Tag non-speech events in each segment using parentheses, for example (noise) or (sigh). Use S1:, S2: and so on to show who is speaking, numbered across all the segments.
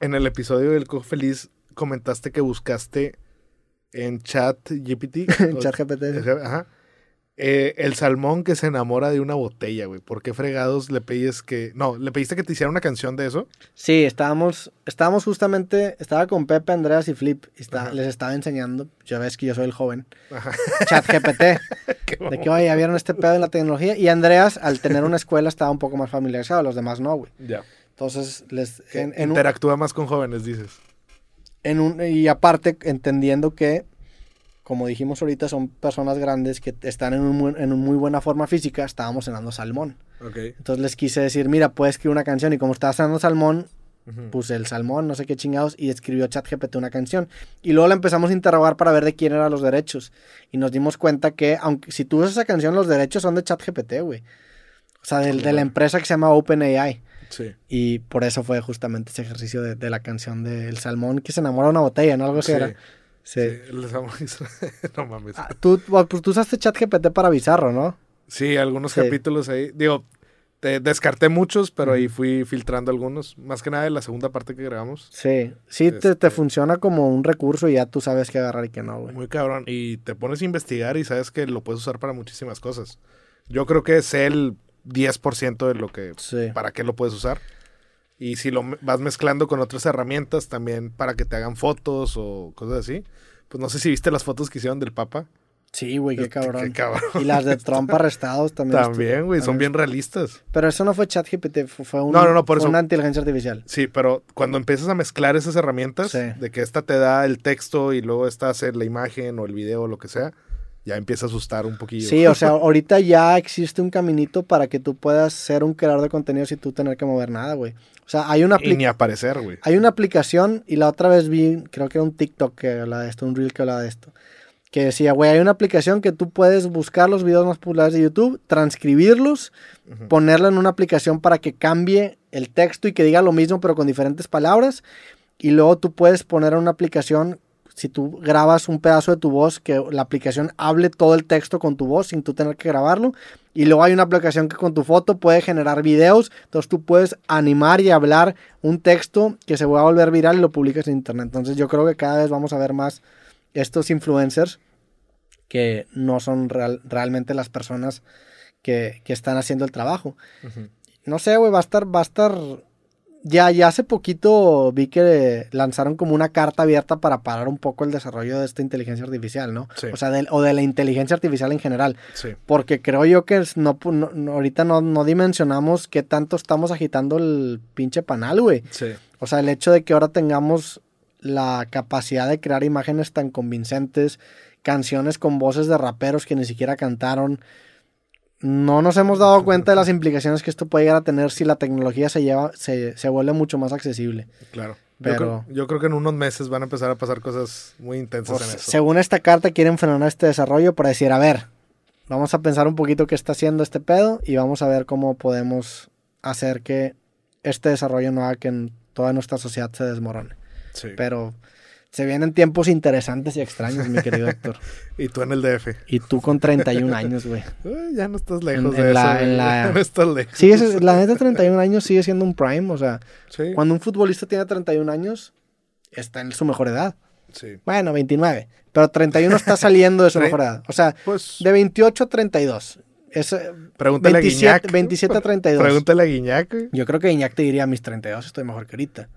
S1: en el episodio del Cojo Feliz comentaste que buscaste en chat GPT.
S2: (laughs) En
S1: o-
S2: ChatGPT.
S1: Ajá. Eh, el salmón que se enamora de una botella, güey. ¿Por qué fregados le pides que... No, le pediste que te hiciera una canción de eso?
S2: Sí, estábamos, estábamos justamente, estaba con Pepe, Andreas y Flip, y está-
S1: Ajá.
S2: les estaba enseñando, ya ves que yo soy el joven,
S1: Ajá.
S2: chat
S1: (laughs) (laughs)
S2: GPT,
S1: Qué
S2: de que,
S1: mamón.
S2: oye, ya vieron este pedo en la tecnología, y Andreas, al tener una escuela, estaba un poco más familiarizado, los demás no, güey.
S1: Ya.
S2: Entonces, les,
S1: Que
S2: en, en un-
S1: Interactúa más con jóvenes, dices.
S2: en un- y aparte, entendiendo que, como dijimos ahorita, son personas grandes que están en, un, buen- en una muy buena forma física, estábamos cenando salmón.
S1: Ok.
S2: Entonces les quise decir, mira, puedes escribir una canción, y como estaba cenando salmón, puse pues, el salmón, no sé qué chingados, y escribió ChatGPT una canción. Y luego la empezamos a interrogar para ver de quién eran los derechos. Y nos dimos cuenta que, aunque si tú usas esa canción, los derechos son de ChatGPT, güey. O sea, del- de, la empresa que se llama OpenAI.
S1: Sí.
S2: Y por eso fue justamente ese ejercicio de, de la canción del salmón que se enamora de una botella, ¿no? Algo así
S1: Sí,
S2: era. Sí.
S1: sí, los salmones. (laughs) no mames.
S2: Ah, tú, bueno, pues, tú usaste ChatGPT para Bizarro, ¿no?
S1: Sí, algunos
S2: Sí.
S1: capítulos ahí. Digo, te- descarté muchos, pero ahí fui filtrando algunos. Más que nada de la segunda parte que grabamos.
S2: Sí. Sí, te, te
S1: Este-
S2: funciona como un recurso y ya tú sabes qué agarrar y qué no, güey.
S1: Muy cabrón. Y te pones a investigar y sabes que lo puedes usar para muchísimas cosas. Yo creo que es el 10% de lo que...
S2: Sí.
S1: ¿Para qué lo puedes usar? Y si lo me- vas mezclando con otras herramientas también para que te hagan fotos o cosas así. Pues no sé si viste las fotos que hicieron del Papa.
S2: Sí, güey, qué
S1: Este,
S2: cabrón.
S1: Qué cabrón. (laughs)
S2: Y las de Trump arrestados también.
S1: También, güey. Son
S2: también
S1: bien realistas.
S2: Pero eso no fue ChatGPT, fu- fue un,
S1: No, no, no, por
S2: fue
S1: eso-
S2: una inteligencia artificial.
S1: Sí, pero cuando empiezas a mezclar esas herramientas,
S2: Sí.
S1: de que esta te da el texto y luego esta hace la imagen o el video o lo que sea, ya empieza a asustar un poquillo.
S2: Sí, o sea, ahorita ya existe un caminito para que tú puedas ser un creador de contenido sin tú tener que mover nada, güey. O sea, hay una,
S1: y
S2: apli-
S1: ni aparecer, güey.
S2: hay una aplicación y la otra vez vi, creo que era un TikTok que hablaba de esto, un reel que hablaba de esto, que decía, güey, hay una aplicación que tú puedes buscar los videos más populares de YouTube, transcribirlos,
S1: Ujú.
S2: ponerlo en una aplicación para que cambie el texto y que diga lo mismo pero con diferentes palabras. Y luego tú puedes poner en una aplicación, si tú grabas un pedazo de tu voz, que la aplicación hable todo el texto con tu voz sin tú tener que grabarlo. Y luego hay una aplicación que con tu foto puede generar videos. Entonces tú puedes animar y hablar un texto que se va a volver viral y lo publicas en internet. Entonces yo creo que cada vez vamos a ver más estos influencers que no son real- realmente las personas que, que están haciendo el trabajo.
S1: Ujú.
S2: No sé, güey, va a estar, va a estar. Ya, ya hace poquito vi que lanzaron como una carta abierta para parar un poco el desarrollo de esta inteligencia artificial, ¿no?
S1: Sí.
S2: O sea, del- o de la inteligencia artificial en general.
S1: Sí.
S2: Porque creo yo que es- no, pu- no- no- ahorita no, no dimensionamos qué tanto estamos agitando el pinche panal, güey.
S1: Sí.
S2: O sea, el hecho de que ahora tengamos la capacidad de crear imágenes tan convincentes, canciones con voces de raperos que ni siquiera cantaron. No nos hemos dado cuenta de las implicaciones que esto puede llegar a tener si la tecnología se lleva, se, se vuelve mucho más accesible.
S1: Claro.
S2: Pero-
S1: Yo, creo, yo creo que en unos meses van a empezar a pasar cosas muy intensas
S2: Pues,
S1: en eso.
S2: según esta carta, quieren frenar este desarrollo para decir, a ver, vamos a pensar un poquito qué está haciendo este pedo y vamos a ver cómo podemos hacer que este desarrollo no haga que en toda nuestra sociedad se desmorone.
S1: Sí.
S2: Pero se vienen tiempos interesantes y extraños, mi querido Héctor.
S1: Y tú en el DF.
S2: Y tú con 31 años, güey.
S1: Ay, ya no estás lejos
S2: En- en
S1: de
S2: la-
S1: eso. güey.
S2: en la-
S1: (laughs) Ya no estás lejos.
S2: Sí, ese- la neta 31 años sigue siendo un prime, o sea,
S1: Sí.
S2: cuando un futbolista tiene 31 años, está en su mejor edad.
S1: Sí.
S2: Bueno, 29, pero 31 está saliendo de
S1: (laughs)
S2: su
S1: Tre-
S2: mejor edad. O sea,
S1: Pues
S2: de 28 a 32. Es, eh,
S1: pregúntale
S2: 27,
S1: a Guiñac.
S2: 27 a 32.
S1: Pregúntale a Guiñac. güey.
S2: Yo creo que Guiñac te diría, mis 32 estoy mejor que ahorita.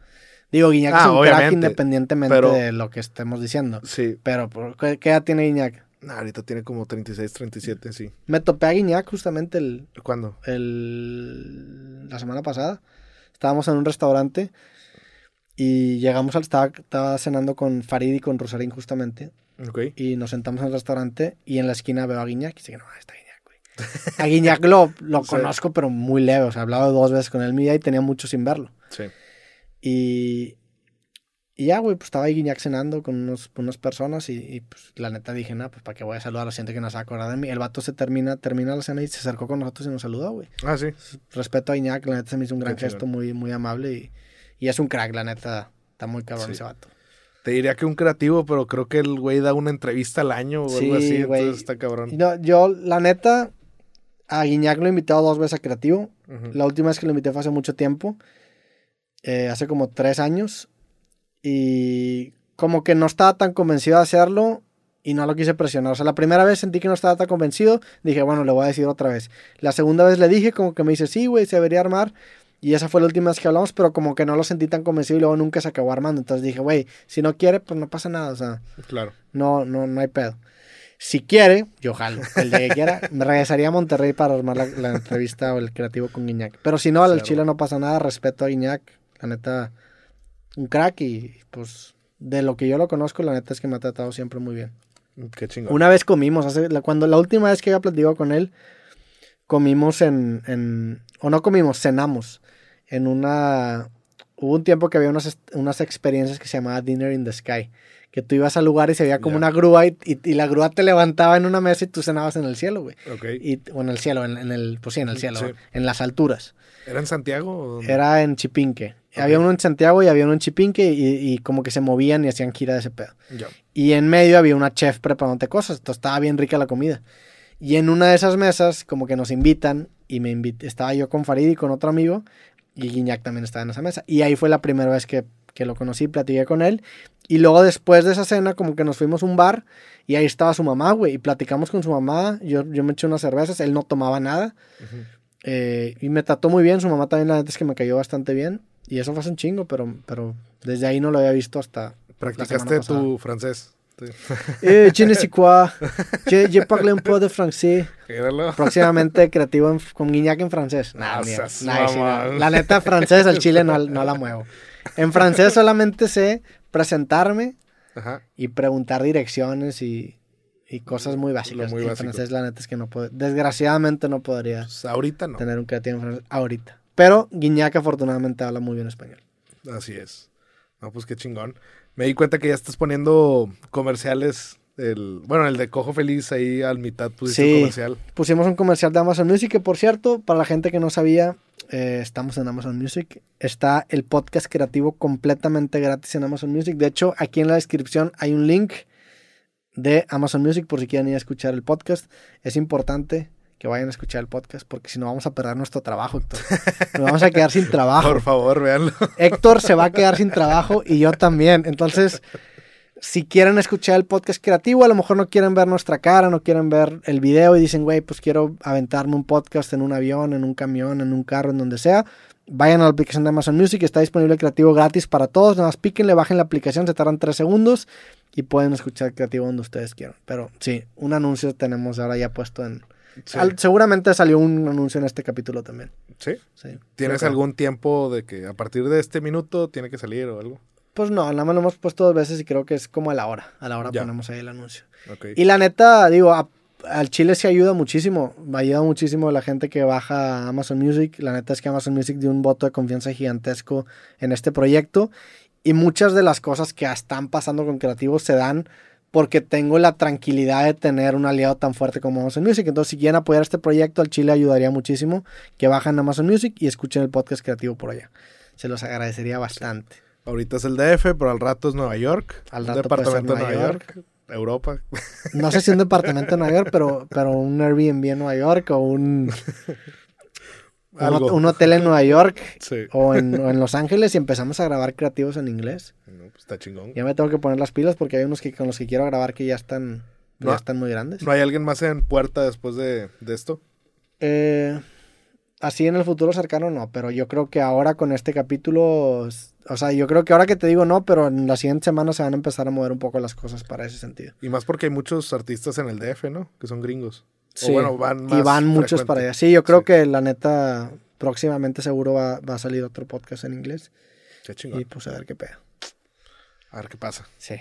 S2: Digo, Guiñac
S1: Ah,
S2: es un crack
S1: obviamente,
S2: independientemente
S1: pero-
S2: de lo que estemos diciendo.
S1: Sí.
S2: Pero, ¿por ¿qué, qué edad tiene Guiñac?
S1: No, ahorita tiene como 36, 37, sí.
S2: Me topé a Guiñac justamente el,
S1: ¿Cuándo?
S2: el- la semana pasada. Estábamos en un restaurante y llegamos al... Estaba, estaba cenando con Farid y con Rosarín justamente.
S1: Ok.
S2: Y nos sentamos en el restaurante y en la esquina veo a Guiñac y dije, no, ahí está Guiñac, güey. A Guiñac lo, lo
S1: Sí.
S2: conozco, pero muy leve. O sea, he hablado dos veces con él mi vida y tenía mucho sin verlo.
S1: Sí.
S2: Y, y ya, güey, pues estaba ahí Guiñac cenando con, unos, con unas personas y, y, pues la neta dije, nah, pues para qué voy a saludar a la gente que no se va a acordar de mí. El vato se termina, termina la cena y se acercó con nosotros y nos saludó, güey.
S1: Ah, sí.
S2: Respeto a Guiñac, la neta se me hizo un gran
S1: Qué chingón.
S2: gesto muy, muy amable y, y es un crack, la neta. Está muy cabrón
S1: Sí.
S2: ese vato.
S1: Te diría que un creativo, pero creo que el güey da una entrevista al año o
S2: Sí,
S1: algo así.
S2: güey.
S1: Entonces está cabrón.
S2: Y no, yo, la neta, a Guiñac lo he invitado dos veces a Creativo.
S1: Ujú.
S2: La última vez que lo invité fue hace mucho tiempo, eh, hace como tres años, Y como que no estaba tan convencido de hacerlo y no lo quise presionar. O sea, la primera vez sentí que no estaba tan convencido, dije, bueno, le voy a decir otra vez. La segunda vez le dije, como que me dice, sí, güey, se debería armar. Y esa fue la última vez que hablamos, pero como que no lo sentí tan convencido y luego nunca se acabó armando. Entonces dije, güey, si no quiere, pues no pasa nada, o sea,
S1: Claro.
S2: no, no, no hay pedo. Si quiere, yo jalo, el día que quiera, me regresaría a Monterrey para armar la, la entrevista o el creativo con Guiñac. Pero si no, al
S1: Claro.
S2: Chile no pasa nada, respeto a Guiñac, la neta, un crack y pues de lo que yo lo conozco, la neta es que me ha tratado siempre muy bien.
S1: Qué chingón.
S2: Una vez comimos, hace, la, cuando la última vez que había platicado con él, comimos en, en- o no comimos, cenamos en una, hubo un tiempo que había unas, est- unas experiencias que se llamaba Dinner in the Sky, que tú ibas al lugar y se veía como
S1: Ya.
S2: una grúa y, y- y la grúa te levantaba en una mesa y tú cenabas en el cielo, güey.
S1: Ok.
S2: Y, o en el cielo, en, en el, pues sí, en el cielo,
S1: Sí.
S2: en las alturas.
S1: ¿Era en Santiago? o dónde?
S2: Era en Chipinque.
S1: Ok.
S2: Había uno en Santiago y había uno en Chipinque y, y como que se movían y hacían gira de ese pedo.
S1: Ya.
S2: Y en medio había una chef preparándote cosas. Entonces estaba bien rica la comida. Y en una de esas mesas, como que nos invitan, y me invit- estaba yo con Farid y con otro amigo, y Guiñac también estaba en esa mesa. Y ahí fue la primera vez que, que lo conocí, platiqué con él. Y luego después de esa cena, como que nos fuimos a un bar, y ahí estaba su mamá, güey. Y platicamos con su mamá, yo, yo me eché unas cervezas, él no tomaba nada.
S1: Ujú.
S2: eh, y me trató muy bien, su mamá también, la neta es que me cayó bastante bien. Y eso fue hace un chingo, pero, pero desde ahí no lo había visto hasta,
S1: ¿Practicaste
S2: la semana
S1: tu francés? Sí.
S2: Eh, je ne sais quoi. Je, je parle un peu de francés.
S1: Era lo-
S2: Próximamente creativo en- con Guiñac en francés. Nah,
S1: Ah,
S2: mierda.
S1: seas
S2: Nah, sí, nah.
S1: mamón.
S2: La neta, francés al chile no, no la muevo. En francés solamente sé presentarme
S1: Ajá.
S2: y preguntar direcciones y, y cosas muy básicas.
S1: muy
S2: en
S1: básico.
S2: francés, la neta es que no puedo. Desgraciadamente no podría
S1: Pues ahorita no.
S2: tener un creativo en francés ahorita. Pero Guiñac afortunadamente habla muy bien español.
S1: Así es. No, pues qué chingón. Me di cuenta que ya estás poniendo comerciales. El, bueno, el de Cojo Feliz ahí al mitad pusiste
S2: Sí.
S1: un comercial.
S2: pusimos un comercial de Amazon Music, que por cierto, para la gente que no sabía, eh, estamos en Amazon Music. Está el podcast creativo completamente gratis en Amazon Music. De hecho, aquí en la descripción hay un link de Amazon Music por si quieren ir a escuchar el podcast. Es importante que vayan a escuchar el podcast porque si no vamos a perder nuestro trabajo, Héctor. Nos vamos a quedar sin trabajo.
S1: Por favor, véanlo.
S2: Héctor se va a quedar sin trabajo y yo también. Entonces, si quieren escuchar el podcast creativo, a lo mejor no quieren ver nuestra cara, no quieren ver el video y dicen, güey, pues quiero aventarme un podcast en un avión, en un camión, en un carro, en donde sea. Vayan a la aplicación de Amazon Music, está disponible el creativo gratis para todos. Nada más píquenle, bajen la aplicación, se tardan tres segundos y pueden escuchar el creativo donde ustedes quieran. Pero sí, un anuncio tenemos ahora ya puesto en.
S1: Sí.
S2: (laughs) Al- seguramente salió un anuncio en este capítulo también.
S1: Sí.
S2: Sí,
S1: ¿Tienes
S2: algo
S1: algún tiempo de que a partir de este minuto tiene que salir o algo?
S2: Pues no, nada más lo hemos puesto dos veces y creo que es como a la hora. A la hora
S1: Ya.
S2: ponemos ahí el anuncio.
S1: Ok.
S2: Y la neta, digo, a- al Chile sí ayuda muchísimo. Ayuda muchísimo la gente que baja a Amazon Music. La neta es que Amazon Music dio un voto de confianza gigantesco en este proyecto. Y muchas de las cosas que están pasando con creativos se dan porque tengo la tranquilidad de tener un aliado tan fuerte como Amazon Music. Entonces, si quieren apoyar este proyecto, al Chile ayudaría muchísimo que bajen a Amazon Music y escuchen el podcast creativo por allá. Se los agradecería bastante.
S1: Ahorita es el DF, pero al rato es Nueva York.
S2: Al
S1: Un
S2: rato puede ser
S1: departamento de
S2: Nueva
S1: Nueva York. Europa.
S2: No sé si un departamento en Nueva York, pero, pero un Airbnb en Nueva York o un, un
S1: Algo.
S2: hot- un hotel en Nueva York
S1: Sí.
S2: o en, o en Los Ángeles y empezamos a grabar creativos en inglés.
S1: No, pues está chingón.
S2: Ya me tengo que poner las pilas porque hay unos que con los que quiero grabar que ya están,
S1: No.
S2: ya están muy grandes.
S1: ¿No hay alguien más en puerta después de, de esto?
S2: Eh, así en el futuro cercano no, pero yo creo que ahora con este capítulo, s- o sea, yo creo que ahora que te digo no, pero en la siguiente semana se van a empezar a mover un poco las cosas para ese sentido.
S1: Y más porque hay muchos artistas en el DF, ¿no? Que son gringos.
S2: Sí.
S1: van
S2: Y van muchos
S1: frecuente.
S2: para allá. Sí, yo creo
S1: Sí.
S2: que la neta, próximamente seguro va, va a salir otro podcast en inglés.
S1: Qué chingón.
S2: Y pues a ver qué pedo.
S1: A ver qué pasa.
S2: Sí.